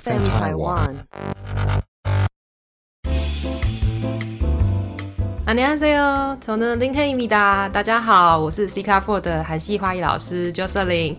FM Taiwan. 안녕하세요저는링헤입니다大家好，我是 C 卡 Four 的韩系花艺老师 Jocelyn。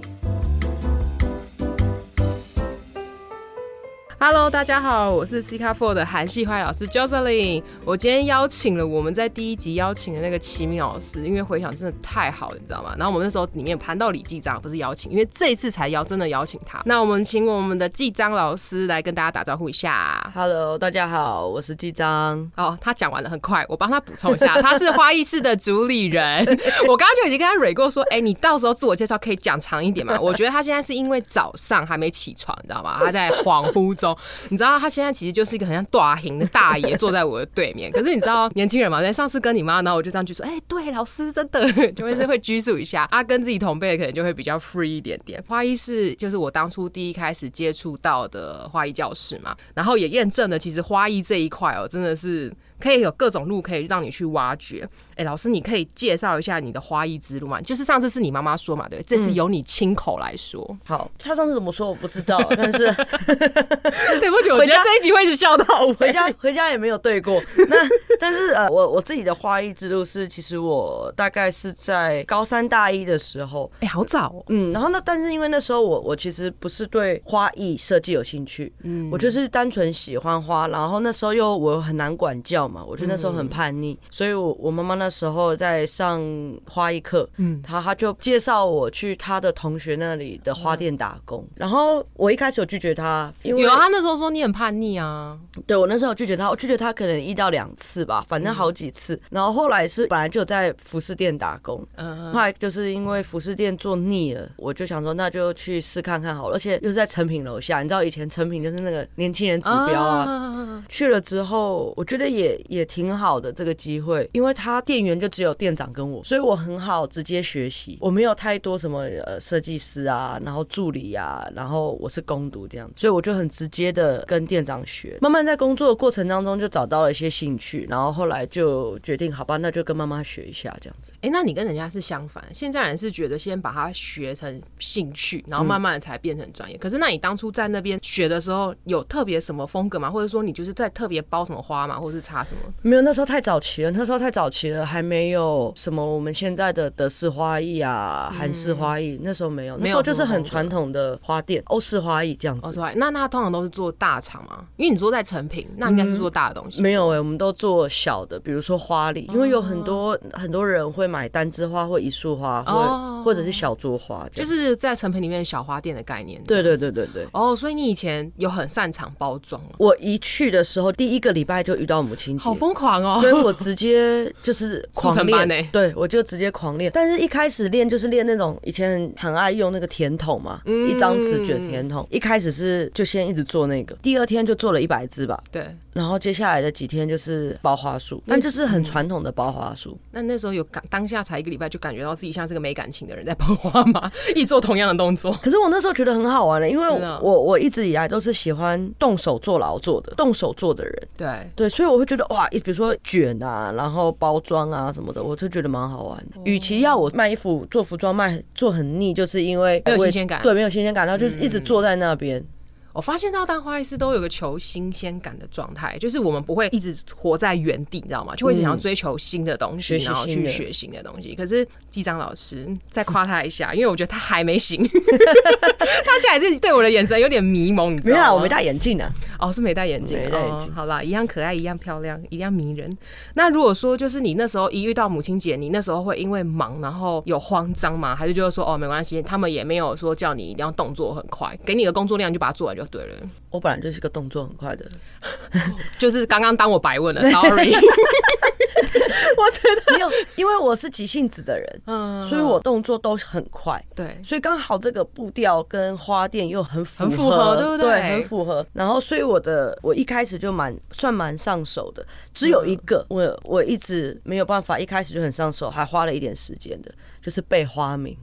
Hello，大家好，我是 C 卡 Four 的韩系花艺老师 Jocelyn。我今天邀请了我们在第一集邀请的那个齐明老师，因为回想真的太好了，你知道吗？然后我们那时候里面盘到李继章，不是邀请，因为这一次才邀真的邀请他。那我们请我们的继章老师来跟大家打招呼一下。 Hello，大家好，我是纪章。哦，他讲完了，很快，我帮他补充一下，他是花艺室的主理人。我刚刚就已经跟他蕊过说，哎、你到时候自我介绍可以讲长一点嘛？我觉得他现在是因为早上还没起床，你知道吗？他在恍惚中，你知道他现在其实就是一个很像大型的大爷坐在我的对面。可是你知道年轻人嘛？在上次跟你妈，然后我就这样去说，哎、对，老师真的就会是会拘束一下，啊，跟自己同辈的可能就会比较 free 一点点。花艺室就是我当初第一开始接触到的花艺教室嘛，然后也验证了其实花艺这一块哦，真的是。可以有各种路可以让你去挖掘。哎、老师，你可以介绍一下你的花艺之路吗？就是上次是你妈妈说嘛，对不对，这次由你亲口来说。好，他上次怎么说我不知 道，但是 对不起，我回觉得家这一集会一直笑到我。回家回家也没有对过。那但是呃，我我自己的花艺之路是，其实我大概是在高三大一的时候， 哎、好早 哦。嗯，然后那但是因为那时候我我其实不是对花艺设计有兴趣，嗯，我就是单纯喜欢花，然后那时候又我很难管教嘛，我觉得那时候很叛逆，所以我我妈妈那时候在上花艺课，嗯，她她就介绍我去她的同学那里的花店打工，然后我一开嗯始有拒绝她，因为有啊，他那时候说 你很叛逆啊，对我那时候有拒绝他，我拒绝他可能一到两次吧，反正好几次。然后后来是本来就有在服饰店打工，嗯后来就是因为服饰店做腻了，我就想说那就去试看看好了，而且又是在成品楼下，你知道以前成品就是那个年轻人指标啊。啊去了之后，我觉得也也挺好的这个机会，因为他店员就只有店长跟我，所以我很好直接学习，我没有太多什么呃设计师啊，然后助理啊，然后我是攻读这样子，所以我就很直接的跟店长学。慢慢在工作的过程当中就找到了一些兴趣，然后后来就决定，好吧，那就跟妈妈学一下这样子。哎、那你跟人家是相反，现在人是觉得先把它学成兴趣，然后嗯慢慢的才变成专业。可是，那你当初在那边学的时候，有特别什么风格吗？或者说你就是在特别包什么花吗？或者是插什么？没有，那时候太早期了，那时候太早期了，还没有什么我们现在的德式花艺啊、韩式花艺，那时候没有，那时候就是很传统的花店、欧式花艺这样哦，子。是吧？那那通常都是做大厂吗？因为你做在成品，那应该是做大的东西。没有哎、我们都做小的，比如说花礼，因为有很多、很多人会买单枝花或一束花，或、哦或者是小株花这就样，是在成品里面的小花店的概念。对对对对对。哦，所以你以前有很擅长包装哦，我一去的时候，第一个礼拜就遇到母亲节，好疯狂哦！所以我直接就是 狂速成班练，欸对我就直接狂练。但是一开始练就是练那种以前很很爱用那个甜筒嘛，嗯一张纸卷甜筒。一开始是就先一直做那个，第二天就做了一百支吧，对，然后接下来的几天就是包花束，嗯但就是很传统的包花束。那那时候有感，当下才一个礼拜就感觉到自己像是个没感情的人在包花吗？ 一直做同样的动作。可是我那时候觉得很好玩欸的，因为真的哦我我我一直以来都是喜欢动手做劳作的，动手做的人。对，对，所以我会觉得哇，比如说卷啊，然后包装啊什么的，我就觉得蛮好玩的。与其要我卖衣服、做服装卖做很腻，就是因为没有我也新鲜感嗯对，没有新鲜感，然后就是一直坐在那边。我发现到当花艺师都有个求新鲜感的状态，就是我们不会一直活在原地，你知道吗？就会一直想要追求新的东西，嗯学习然后新去的学新的东西。可是纪章老师再夸他一下，因为我觉得他还没 醒，他现在是对我的眼神有点迷蒙，你知没有道啦，吗？我没戴眼镜啊。哦，是没戴眼镜，没戴眼镜哦好啦，一样可爱，一样漂亮，一样迷人。那如果说就是你那时候一遇到母亲节，你那时候会因为忙然后有慌张吗？还是就是说哦没关系，他们也没有说叫你一定要动作很快，给你个工作量你就把它做完就对了。我本来就是个动作很快的 人，就是刚刚当我白问了 ，sorry。没有，因为我是急性子的人，嗯，所以我动作都很快，对，所以刚好这个步调跟花店又很符合，很符合对不对很符合。然后，所以我的我一开始就蛮算蛮上手的，只有一嗯个、我我一直没有办法，一开始就很上手，还花了一点时间的，就是背花名。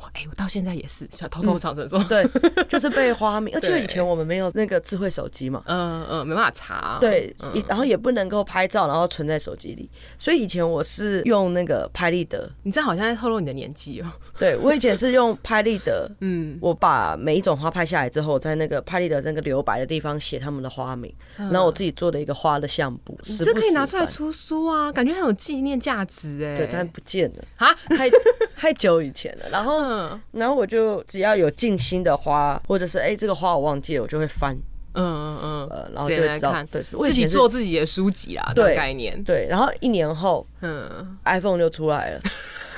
我哎、我到现在也是想偷嗯偷藏着说， 对，就是被花名，而且对以前我们没有那个智慧手机嘛，嗯嗯，没办法查，，对，一然后也不能够拍照，然后存在手机里，所以以前我是用那个拍立得，你这样好像在透露你的年纪哦、，对我以前是用拍立得 嗯，我把每一种花拍下来之后，在那个拍立得那个留白的地方写他们的花名，然后我自己做了一个花的相簿，嗯你时这不可以时拿出来翻出书啊，感觉很有纪念价值哎、对，但不见了，啊，太 太久以前了。然后，嗯然后我就只要有静心的花，或者是哎、这个花我忘记了，我就会翻，嗯嗯嗯，呃，然后直就接会来知道看，对，我以自己前是做自己的书籍啊，这对种概念，对，然后一年后嗯， iPhone 就出来了，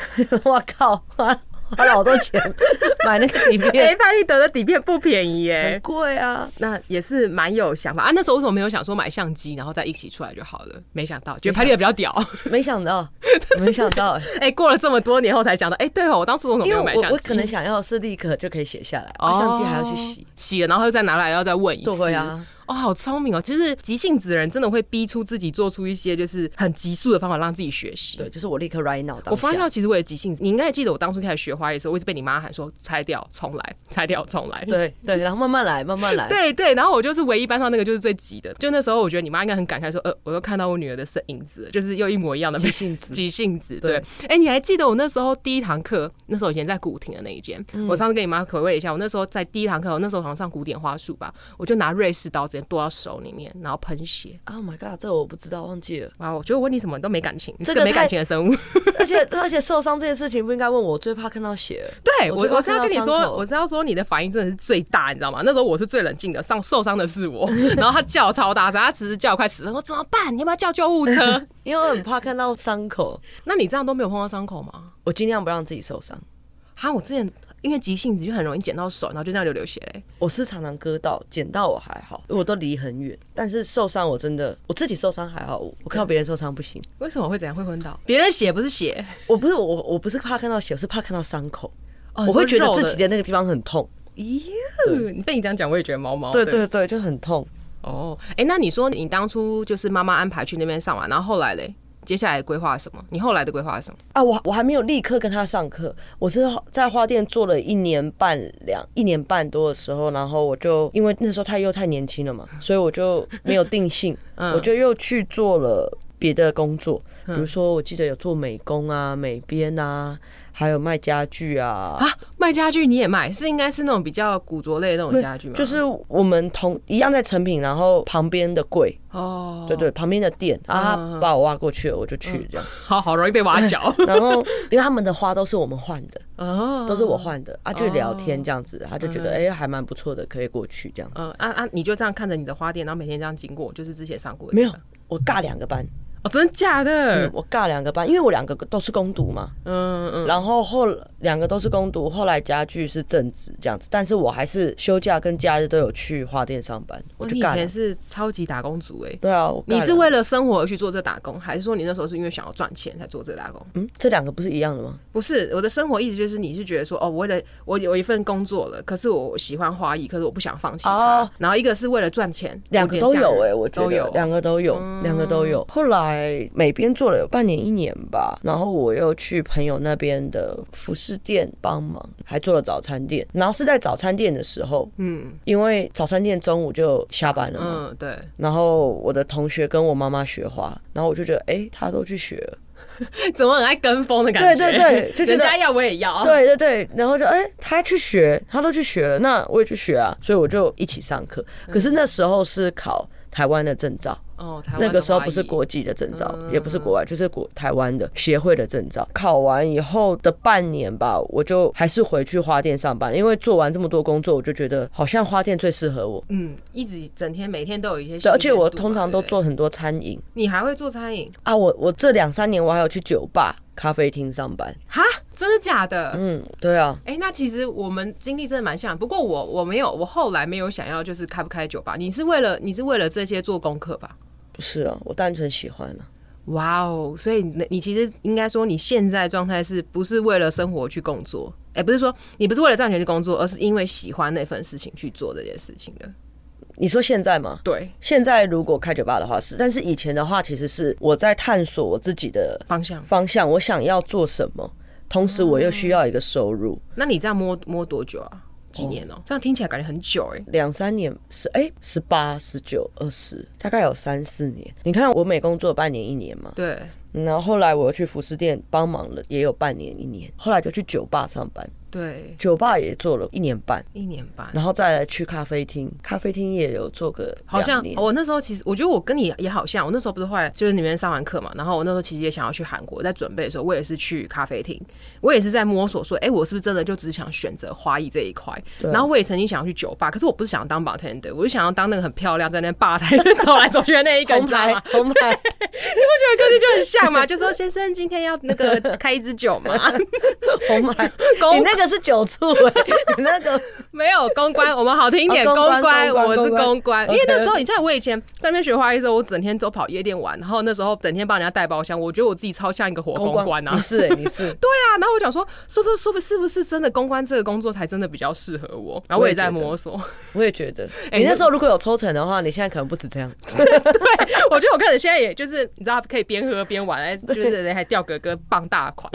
我靠，花花了好多钱 买那个底片，哎拍立得的底片不便宜耶很贵啊。那也是蛮有想法啊。那时候为什么没有想说买相机，然后再一起出来就好了？没想到，觉得拍立得比较屌。 没想 到，没想到、哎、过了这么多年后才想到，哎、对哦，我当时为什么没因为有买相我机？我可能想要是立刻就可以写下来，我相机还要去洗哦。，洗了然后又再拿来，要再问一次。对啊，哦，好聪明哦！其实急性子的人真的会逼出自己做出一些就是很急速的方法让自己学习。对，就是我立刻 right now 我当发现下到，。其实我也急性子，你应该也记得我当初开始学花艺的时候，我一直被你妈喊说拆掉重来，拆掉重来。对对，然后慢慢来，慢慢来。对对，然后我就是唯一班上那个就是最急的，就那时候我觉得你妈应该很感慨说，呃，我又看到我女儿的身影子了，就是又一模一样的急 性子急性子。对对，哎、你还记得我那时候第一堂课，那时候以前在古亭的那一间，嗯我上次跟你妈回味一下，我那时候在第一堂课，我那时候好像上古典花束吧，我就拿瑞士刀直接剁到手里面，然后喷血。 Oh my god，这我不知道，忘记了。哇，我觉得我问你什么你都没感情，你这这个个没感太情的生物。 而且 而且受伤这件事情不应该问我，最怕看到血了。对我我，就我是看要到跟你伤说，口我是要说你的反应真的是最大，你知道吗？那时候我是最冷静的，上受伤的是 我，然后他叫超大声，他只是叫快死了，说怎么办？你要不要叫救护 车？因为我很怕看到伤口，那你这样都没有碰到伤口吗？我尽量不让自己受伤。哈，我之前因为急性子就很容易剪到手，然后就这样流流血嘞。我是常常割到，剪到我还好，我都离很远。但是受伤我真的，我自己受伤还好，我我看到别人受伤不行。为什么会怎样会昏倒？别人血不是血，我不是我我不是怕看到血，我是怕看到伤口，哦、我会觉得你说肉自己的那个地方很痛。咦，你被你这样讲，我也觉得毛毛。对对对，就很痛。哦，哎、那你说你当初就是妈妈安排去那边上完，然后后来嘞，接下来规划什么？你后来的规划是什么？啊，我我还没有立刻跟他上课，我是在花店做了一年半两一年半多的时候，然后我就因为那时候太又太年轻了嘛，所以我就没有定性，我就又去做了别的工作，比如说我记得有做美工啊、美编啊，还有卖家具啊，啊，卖家具你也卖，是应该是那种比较古着类的那种家具吗？就是我们同一样在成品，然后旁边的柜，哦，对对，旁边的店，啊，他把我挖过去了，我就去这样，好好容易被挖 角然后因为他们的花都是我们换的。哦，都是我换的啊，就聊天这样子，他就觉得哎、还蛮不错的，可以过去这样子。嗯啊啊，你就这样看着你的花店，然后每天这样经过，就是之前上过的没有，嗯我尬两个班，哦，真的假的？我尬两个班，因为我两个都是攻读嘛，嗯嗯然后后两个都是攻读，后来家具是正职这样子，但是我还是休假跟假日都有去花店上班，我哇，哦就你以尬前两。是超级打工族哎、对啊，我尬你是两为了生活而去做这打工，还是说你那时候是因为想要赚钱才做这打工？嗯，这两个不是一样的吗？不是，我的生活一直就是你是觉得说哦，我为了我有一份工作了，可是我喜欢花艺，可是我不想放弃它。哦然后一个是为了赚钱，两个都有哎、哎、我觉都得有嗯两个都有，两个都有。后来美编做了有半年一年吧，然后我又去朋友那边的服饰店帮忙，还做了早餐店。然后是在早餐店的时候，嗯因为早餐店中午就下班了嘛，嗯，对。然后我的同学跟我妈妈学花，然后我就觉得，哎、他都去学了，怎么很爱跟风的感觉？对对对就觉人得家要我也要。对对对，然后就哎、他去学，他都去学了，那我也去学啊，所以我就一起上课。可是那时候是考台湾的证照。哦，台湾的嗯那个时候花不是艺国际的证照，也不是国外，就是国台湾的协会的证照。考完以后的半年吧，我就还是回去花店上班，因为做完这么多工作，我就觉得好像花店最适合我。嗯，一直整天每天都有一些新鲜度对，嘛，而且我通常都对不对，做很多餐饮你还会做餐饮？啊，我我这两三年我还有去酒吧、咖啡厅上班。哈，真的假的？嗯，对啊，哎、那其实我们经历真的蛮像，不过我我没有，我后来没有想要就是开不开酒吧。你是为了你是为了这些做功课吧？不是啊，我单纯喜欢啊。哇哦，所以你你其实应该说你现在状态是不是为了生活去工作？哎、不是说你不是为了赚钱去工作，而是因为喜欢那份事情去做这件事情的。你说现在吗？对，现在如果开酒吧的话是，但是以前的话其实是我在探索我自己的方向。方向，我想要做什么。同时我又需要一个收入，那你这样摸摸多久啊？几年哦、这样听起来感觉很久哎、两三年是哎十八、十九、二十，大概有三四年。你看我每工作半年一年嘛，对，然后后来我又去服饰店帮忙了，也有半年一年。后来就去酒吧上班，对，酒吧也做了一年半，一年半。然后再来去咖啡厅，咖啡厅也有做个好像两年哦我那时候其实，我觉得我跟你也好像，我那时候不是后来就是你们上完课嘛，然后我那时候其实也想要去韩国，在准备的时候，我也是去咖啡厅，我也是在摸索说，哎、我是不是真的就只想选择花艺这一块？然后我也曾经想要去酒吧，可是我不是想要当 bartender，我就想要当那个很漂亮在那吧台走来走去的那一个，你 红知道牌吗？红牌，我觉得跟这就很像嘛，就说先生今天要那个开一支酒 嘛，红牌， 公你那个是酒醋哎、你那个没有公关，我们好听一点，哦公关关，公关我是公关公关。因 OK，为那时候你知道，我以前在那边学花艺的时候，我整天都跑夜店玩，然后那时候整天帮人家带包厢，我觉得我自己超像一个活公关啊你。是哎、你是。对啊，然后我想说，是不是是不是是不是真的公关这个工作才真的比较适合我？然后我也在摸 索，我也觉得，哎你那那时候如果有抽成的话，你现在可能不止这样。我觉得我开始现在也就是你知道，可以边喝边玩，哎就是还吊哥哥傍大款。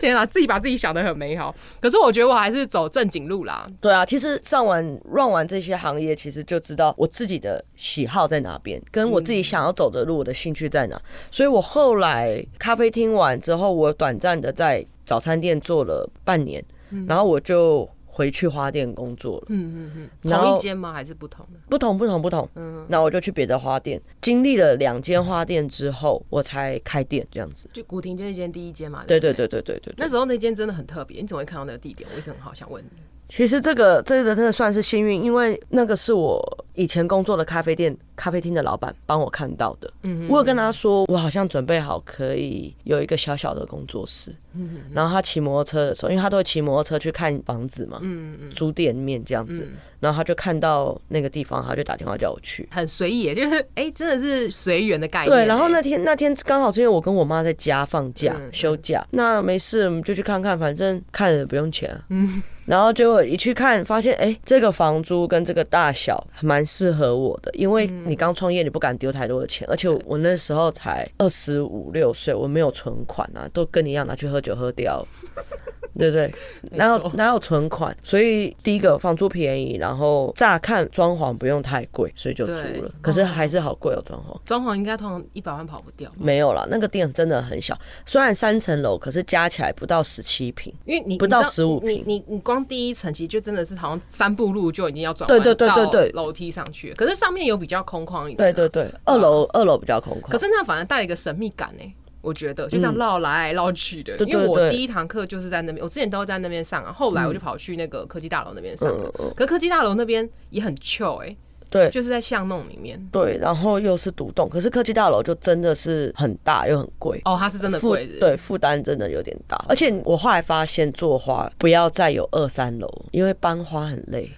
天啊，自己把自己想的很美好，可是我觉得我还是走正经路啦。对啊，其实上完 run 完这些行业，其实就知道我自己的喜好在哪边，嗯跟我自己想要走的路，我的兴趣在哪。所以我后来咖啡厅完之后，我短暂的在早餐店做了半年，然后我就回去花店工作了。嗯嗯嗯，然后同一间吗？还是不同的？不同，不同，不同。嗯，那我就去别的花店，经历了两间花店之后，我才开店这样子。就古亭街那间第一间嘛。对不对对对对对对。那时候那间真的很特别，你怎么会看到那个地点？我一直很好想问你。其实这个这个真的算是幸运，因为那个是我以前工作的咖啡店咖啡厅的老板帮我看到的。嗯，我有跟他说，我好像准备好可以有一个小小的工作室。嗯，然后他骑摩托车的时候，因为他都会骑摩托车去看房子嘛，嗯嗯，租店面这样子，然后他就看到那个地方，他就打电话叫我去。很随意耶，就是哎、真的是随缘的概念耶。欸对，然后那天那天刚好是因为我跟我妈在家放假、嗯休假，那没事我们就去看看，反正看了也不用钱、啊。嗯，然后结果一去看，发现哎、诶这个房租跟这个大小蛮适合我的，因为嗯你刚创业，你不敢丢太多的钱，而且我我那时候才二十五六岁，我没有存款啊，都跟你一样拿去喝酒喝掉。对 不对？哪有哪有存款？所以第一个房租便宜，然后乍看装潢不用太贵，所以就租对了。可是还是好贵哦，装潢。哎装潢应该通常一百万跑不掉，没有啦，那个店真的很小，虽然三层楼，可是加起来不到十七平。因为你不到你知道15你你你光第一层其实就真的是好像三步路就已经要转对弯对对对到对楼梯上去了，可是上面有比较空旷一点、啊对对。对，二楼二楼比较空可旷。是那反而带了一个神秘感呢、哎我觉得就这样绕来绕去的，对嗯对因为我对嗯第一堂课就是在那边，我之前都在那边上啊，后来我就跑去那个科技大楼那边上了。可科技大楼那边也很 chill 哎、对就是在巷弄里面。对，然后又是独栋，可是科技大楼就真的是很大又很贵。哦，它是真的负贵的，对负担真的有点大，而且我后来发现做花不要再有二三楼，因为搬花很累。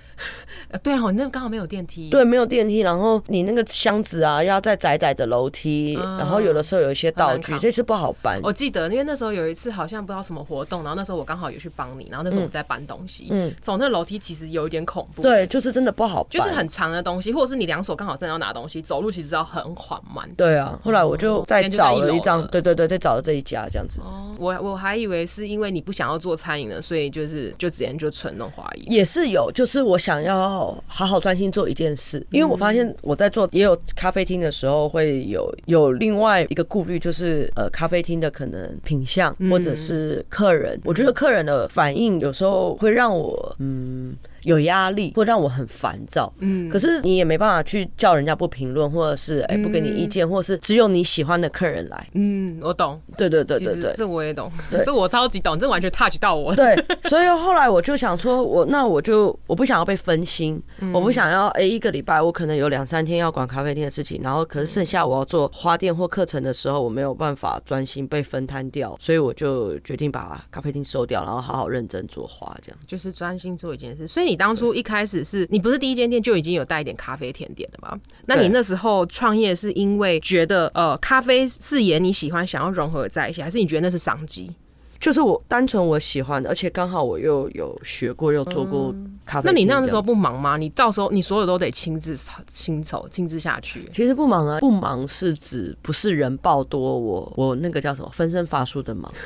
呃对哦，你那刚好没有电梯，对，没有电梯，然后你那个箱子啊，要在窄窄的楼梯，嗯然后有的时候有一些道具，扛哦这次不好搬。我记得，因为那时候有一次好像不知道什么活动，然后那时候我刚好也去帮你，然后那时候我们在搬东西，嗯，走那楼梯其实有一点恐怖，，对，就是真的不好搬，就是很长的东西，或者是你两手刚好正要拿东西，走路其实要很缓慢。对啊，后来我就再哦今天就在找一了一楼张了，对对对，再找了这一家这样子，哦，我我还以为是因为你不想要做餐饮了，所以就是就直接就纯弄华裔。也是有，就是我想要好好专心做一件嗯事，因为我发现我在做也有咖啡厅的时候，会有有另外一个顾虑，就是呃，咖啡厅的可能品相嗯或者是客人，我觉得客人的反应有时候会让我嗯。有压力，会让我很烦躁。嗯，可是你也没办法去叫人家不评论，或者是哎、不给你意见，或者是只有你喜欢的客人来。嗯，我懂，对对对其对对实，这我也懂对，这我超级懂，这完全 touch 到我。 对，所以后来我就想说，我那我就我不想要被分心，我不想要诶、一个礼拜我可能有两三天要管咖啡店的事情，然后可是剩下我要做花店或课程的时候，我没有办法专心被分摊掉，所以我就决定把咖啡厅收掉，然后好好认真做花这样子。就是专心做一件事，所以你当初一开始是你不是第一间店就已经有带一点咖啡甜点的吗？那你对那时候创业是因为觉得呃咖啡字眼你喜欢，想要融合在一起，还是你觉得那是商机？就是我单纯我喜欢的，而且刚好我又有学过又做过咖啡那厅这样你那子、时候不忙吗？你到时候你所有都得亲自亲手亲自下去。其实不忙啊，不忙是指不是人爆多，我我那个叫什么分身乏术的忙。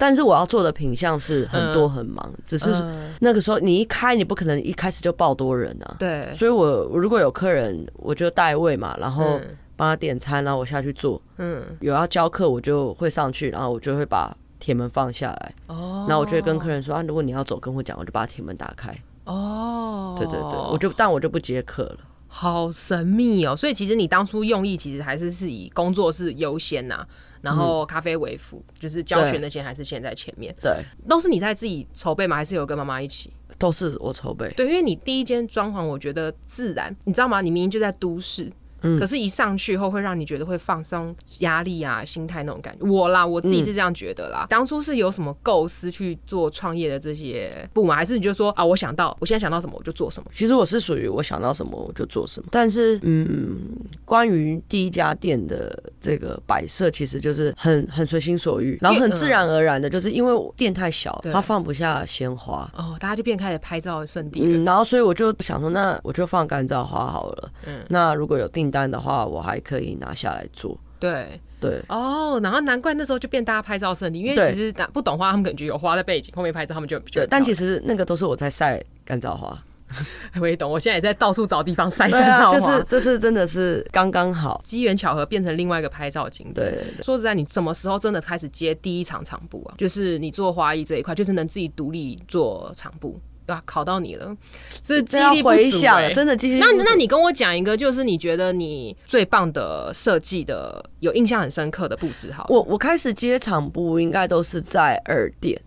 但是我要做的品相是很多很忙，只是嗯那个时候你一开，你不可能一开始就报多人啊。对，所以我我如果有客人，我就代位嘛，然后嗯帮他点餐，然后我下去做。嗯，有要教课，我就会上去，然后我就会把铁门放下来，哦，然后我就会跟客人说啊，如果你要走，跟我讲，我就把铁门打开。哦，对对对，我就但我就不接客了。好神秘哦。所以其实你当初用意其实还是是以工作是优先呐、然后咖啡为辅，就是教学嗯对那些还是先在前面。对，都是你在自己筹备吗？还是有跟妈妈一起？都是我筹备。对，因为你第一间装潢，我觉得自然，你知道吗？你明明就在都市。可是，一上去后会让你觉得会放松压力啊、心态那种感觉。我啦，我自己是这样觉得啦。当初是有什么构思去做创业的这些部门，还是你就说啊，我想到，我现在想到什么我就做什么？其实我是属于我想到什么我就做什么，但是嗯，关于第一家店的这个摆设，其实就是很很随心所欲，然后很自然而然的，就是因为我店太小，对它放不下鲜花。哦，大家就变开始拍照的圣地了。嗯，然后所以我就想说，那我就放干燥花好了。嗯，那如果有订单的话，我还可以拿下来做。对，对，哦，然后难怪那时候就变大家拍照圣地，因为对其实打不懂花，他们感觉有花在背景，后面拍照他们就对，但其实实那个都是我在晒干燥花。 我也懂，我现在也在到处找地方晒对干啊，燥花，就是就是真的是刚刚好。机缘巧合变成另外一个拍照景点。对，说实在，你什么时候真的开始接第一场场部啊？就是你做花艺这一块，就是能自己独立做场部，对吧、考到你了，这记这要忆力不回足、想欸。真的继续。那那你跟我讲一个，就是你觉得你最棒的设计的、有印象很深刻的布置好了，我我开始接场部应该都是在二店，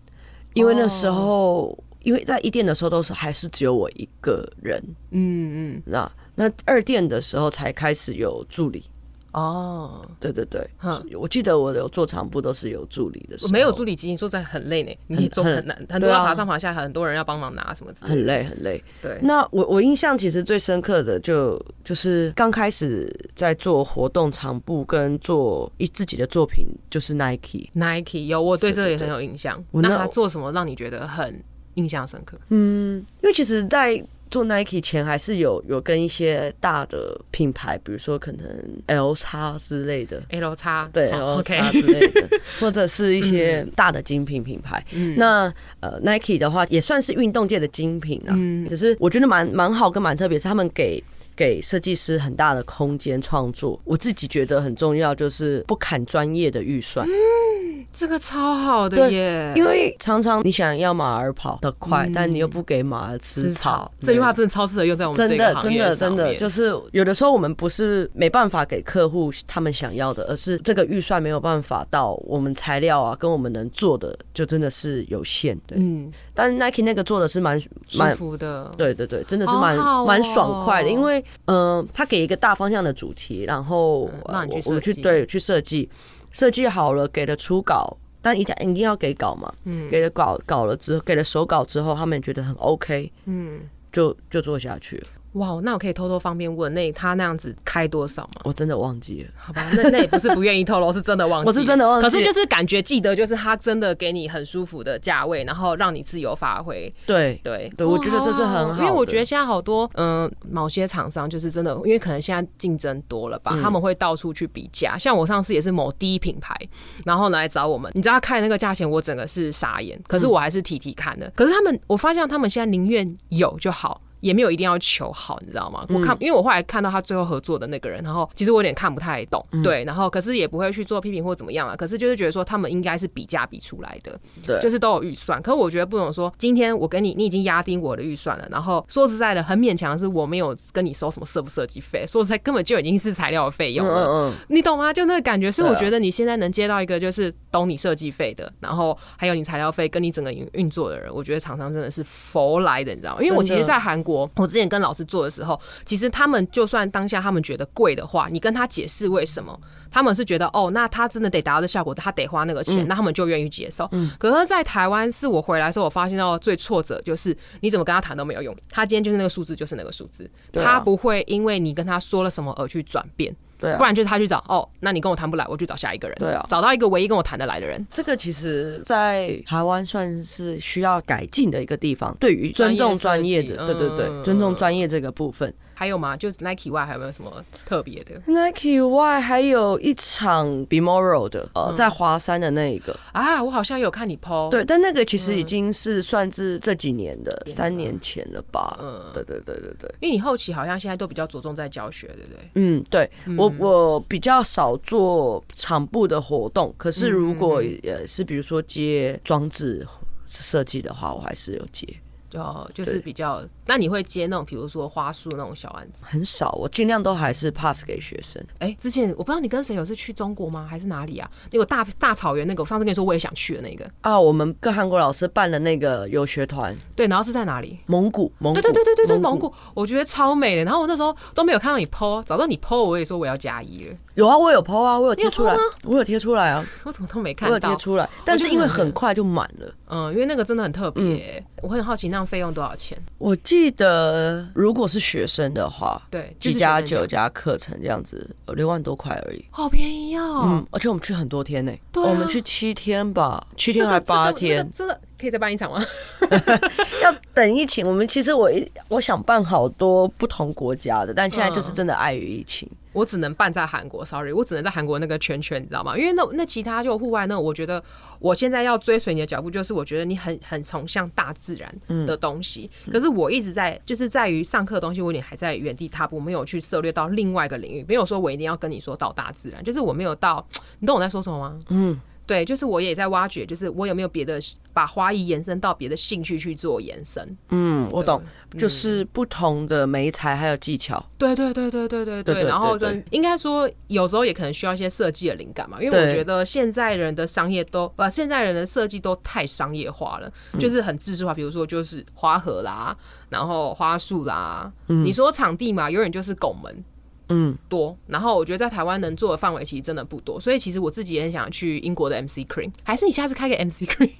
因为那时哦候、因为在一店的时候都是还是只有我一个人，嗯嗯，那那二店的时候才开始有助理。哦，对对对哼，我记得我有做场部都是有助理的时我候，没有助理基金，说真的很累呢，你做很很难，很多对啊要爬上爬下，很多人要帮忙拿什么之类的，很累很累。对，那我我印象其实最深刻的就就是刚开始在做活动场部跟做一自己的作品，就是 Nike。 Nike 有，我对这个也对对很有印象。我那那他做什么让你觉得很印象深刻？因为其实，在做 Nike 前，还是有有跟一些大的品牌，比如说可能 L 叉之类的， L 叉对 L 叉之 类的，或者是一些嗯大的精品品牌。那呃 Nike 的话，也算是运动界的精品啊，嗯只是我觉得蛮蛮好跟蛮特别，是他们给。给设计师很大的空间创作，我自己觉得很重要，就是不砍专业的预算，嗯这个超好的对耶！因为常常你想要马儿跑得快，但你又不给马儿吃草。嗯这句话真的超适合用在我们真这个的，行真业的，上真的，面就是有的时候我们不是没办法给客户他们想要的，而是这个预算没有办法到我们材料啊，跟我们能做的就真的是有限。对，嗯，但是 Nike 那个做的是蛮舒蛮，服的，对对对，真的是好蛮好哦蛮爽快的，因为嗯、呃他给一个大方向的主题，然后嗯呃让你去我我设们去计对去设计，设计好了给了初稿。但一定一定要给稿嘛，嗯给了稿稿了之后，给了手稿之后，他们觉得很 OK，嗯，就就做下去了。哇，那我可以偷偷方便问，那他那样子开多少吗？我真的忘记了。好吧，那那也不是不愿意透 露，是真的忘记，我是真的忘记可是就是感觉记得，就是他真的给你很舒服的价位，然后让你自由发挥，对对哦对我觉得这是很好因为我的觉得现在好多嗯、某些厂商就是真的，因为可能现在竞争多了嗯吧，他们会到处去比价。像我上次也是某第一品牌，然后来找我们，你知道他看那个价钱，我整个是傻眼，可嗯是我还是提提看的。可是他们，我发现他们现在宁愿有就好。也没有一定要求好，你知道吗？我看，嗯因为我后来看到他最后合作的那个人，然后其实我有点看不太懂，嗯对，然后可是也不会去做批评或怎么样啊，可是就是觉得说他们应该是比价比出来的，对就是都有预算。可我觉得不懂说，今天我跟你，你已经压低我的预算了。然后说实在的，很勉强的是我没有跟你收什么设不设计费，说实在根本就已经是材料的费用了。嗯嗯你懂吗？就那个感觉，所以对啊我觉得你现在能接到一个就是懂你设计费的，然后还有你材料费跟你整个运运作的人，我觉得厂商真的是佛来的，你知道吗？因为我其真的实，在韩国，我之前跟老师做的时候，其实他们就算当下他们觉得贵的话，你跟他解释为什么，他们是觉得哦，那他真的得达到这效果，他得花那个钱，那他们就愿意接受。可是，在台湾是我回来的时候，我发现到最挫折就是你怎么跟他谈都没有用，他今天就是那个数字，就是那个数字，对啊他不会因为你跟他说了什么而去转变。对啊不然就是他去找哦，那你跟我谈不来，我去找下一个人。对啊找到一个唯一跟我谈得来的人。这个其实，在台湾算是需要改进的一个地方，对于尊重专业的，专业设对计对对，嗯尊重专业这个部分，还有吗？就 Nike 外还有没有什么特别的 Nike 以外还有一场 Bemoro 的，呃，在华山的那一个，啊？我好像有看你 PO，对，但那个其实已经是算是这几年的，三年前了吧？嗯对对对对对，因为你后期好像现在都比较着重在教学，对不对？嗯，对我我比较少做场部的活动，可是如果嗯呃是比如说接装置设计的话，我还是有接，哦就就是比较，那你会接那种比如说花束那种小案子？很少，我尽量都还是 pass 给学生。哎、之前我不知道你跟谁有次去中国吗？还是哪里啊？那个大大草原那个，我上次跟你说我也想去的那个，啊，我们跟韩国老师办了那个游学团，对，然后是在哪里？蒙古，蒙古，对对对对对对，蒙古，我觉得超美的。然后我那时候都没有看到你 PO，早知道你 PO 我也说我要加一了， 有啊，我有 PO 啊，我有贴出来 PO 吗，我有贴出来啊，我怎么都没我看有贴到。出来，但是因为很快就满了。嗯，因为那个真的很特别、嗯我很好奇那样费用多少钱？我记得如果是学生的话，对，七加就是学九生价，加课程这样子，呃六万多块而已。好便宜哦。嗯，而且我们去很多天呢、对啊我们去七天吧，七这天个还八这天个，、这个、真的可以再办一场吗？要等疫情。我们其实我一我想办好多不同国家的，但现在就是真的碍于疫情。我只能办在韩国，sorry，我只能在韩国那个圈圈，你知道吗？因为那那其他就户外那，我觉得我现在要追随你的脚步，就是我觉得你很很崇尚大自然的东西，可是我一直在就是在于上课的东西，我有点还在原地踏步，没有去涉猎到另外一个领域，没有说我一定要跟你说到大自然，就是我没有到，你懂我在说什么吗？嗯。对，就是我也在挖掘，就是我有没有别的把花艺延伸到别的兴趣去做延伸。嗯，哦我懂，就是不同的媒材还有技巧。对对对对对对对对，对然后对跟应该说有时候也可能需要一些设计的灵感嘛，因为对我觉得现在人的商业都把现在人的设计都太商业化了，嗯就是很制式化，比如说就是花盒啦，然后花束啦，你说场地嘛，永远就是拱门。嗯，多，然后我觉得在台湾能做的范围其实真的不多，所以其实我自己也很想去英国的 MC Cream，还是你下次开个 MC Cream，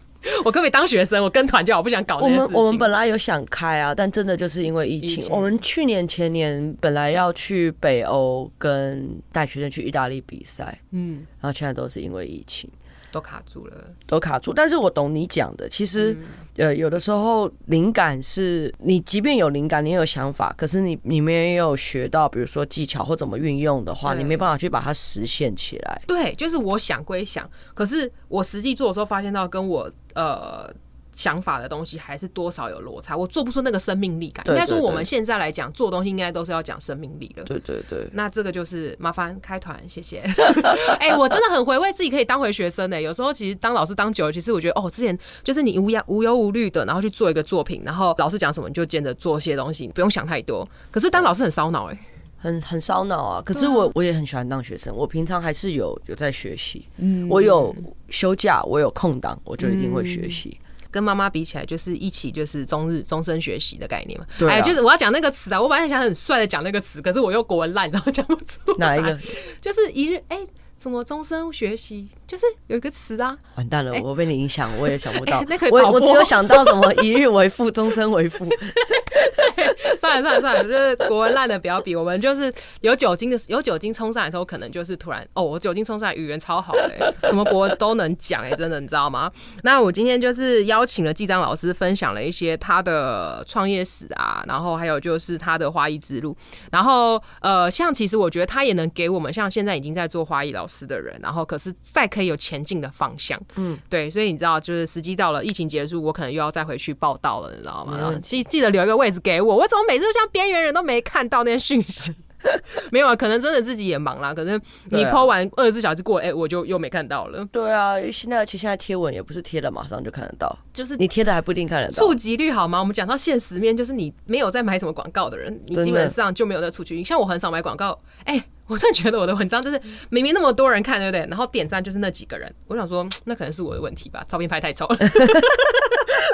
我 可不可以当学生？我跟团就好，我不想搞那我些们事情。我们本来有想开啊，但真的就是因为疫情，疫情我们去年前年本来要去北欧跟带学生去意大利比赛，嗯然后现在都是因为疫情都卡住了，都卡住。但是我懂你讲的，其实、嗯呃，有的时候灵感是你即便有灵感，你有想法，可是你你没有学到，比如说技巧或怎么运用的话，对你没办法去把它实现起来。对，就是我想归想，可是我实际做的时候发现到跟我呃想法的东西还是多少有落差，我做不出那个生命力感。对应该说对我对们现在来讲做东西，应该都是要讲生命力的。对对对，那这个就是麻烦开团，谢谢。 哎、我真的很回味自己可以当回学生呢、有时候其实当老师当久了，其实我觉得哦，之前就是你无压无忧无虑的，然后去做一个作品，然后老师讲什么你就接着做些东西，你不用想太多。可是当老师很烧脑哎，很很烧脑啊。可是我我也很喜欢当学生，我平常还是有有在学习，嗯我有休假，我有空档，我就一定会学习。跟妈妈比起来，就是一起就是终日终身学习的概念嘛。对啊哎，就是我要讲那个词啊，我本来想很帅的讲那个词，可是我又国文烂，然后讲不出。哪一个？就是一日哎、怎么终身学习？就是有一个词啊，完蛋了，我被你影响，我也想不到哎。那可以导我播我只有想到什么一日为父，终身为父。 算了算了算了，就是国文烂的不要比，我们就是有酒精的，有酒精冲上来的时候，可能就是突然哦，我酒精冲上来，语言超好的、欸，什么国文都能讲哎、真的，你知道吗？那我今天就是邀请了纪章老师，分享了一些他的创业史啊，然后还有就是他的花艺之路，然后呃，像其实我觉得他也能给我们像现在已经在做花艺老师的人，然后可是再可以有前进的方向，嗯，对，所以你知道，就是时机到了，疫情结束，我可能又要再回去报道了，你知道吗？没然问后记记得留一个位置给我，我怎么每次都像边缘人都没看到那些讯息？ 没有啊，可能真的自己也忙啦，可能你对啊 PO 完二十四小时过了，哎、我就又没看到了，对啊，现在其实现在贴文也不是贴了马上就看得到，就是你贴的还不一定看得到触。及率好吗？我们讲到现实面，就是你没有在买什么广告的人，你真的基本上就没有在触及率。像我很少买广告，哎、我真的觉得我的文章 就是明明那么多人看，对不对？然后点赞就是那几个人，我想说那可能是我的问题吧，照片拍太 丑了，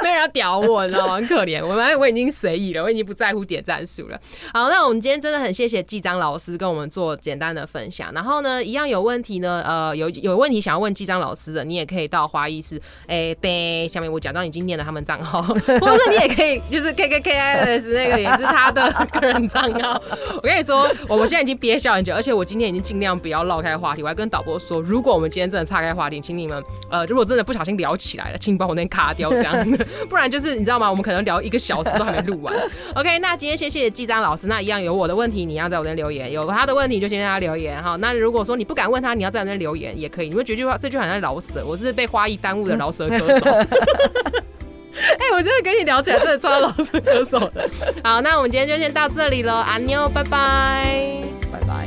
没人要屌我，你知道吗？很可怜，我们我已经随意了，我已经不在乎点赞数了。好，那我们今天真的很谢谢纪章老师跟我们做简单的分享。然后呢，一样有问题呢，呃，有有问题想要问纪章老师的，你也可以到花艺室，哎、对，下面我假装已经念了他们账号，或 者是你也可以就是 K K K I S 那个也是他的个人账号。我跟你说，我们现在已经憋笑很久，而且我今天已经尽量不要绕开话题，我还跟导播说，如果我们今天真的岔开话题，请你们呃，如果真的不小心聊起来了，请你帮我那边卡掉这样， 不然就是你知道吗？我们可能聊一个小时都还没录完。OK，那今天先谢谢季章老师，那一样有我的问题，你要在我那边留言；有他的问题就先让他留言哈。那如果说你不敢问他，你要在我那边留言也可以。你会觉得这句话这句话好像老舍，我是被花艺耽误的老舍歌手。 哎、我真的跟你聊起来，真的超老师歌手的。好，那我们今天就先到这里喽，阿妞，拜拜。拜拜。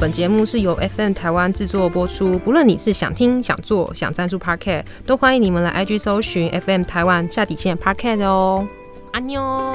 本节目是由 FM 台湾制作播出。不论你是想听、想做、想赞助 Parket，都欢迎你们来 IG 搜寻 FM 台湾下底线 Parket 哦。安妞。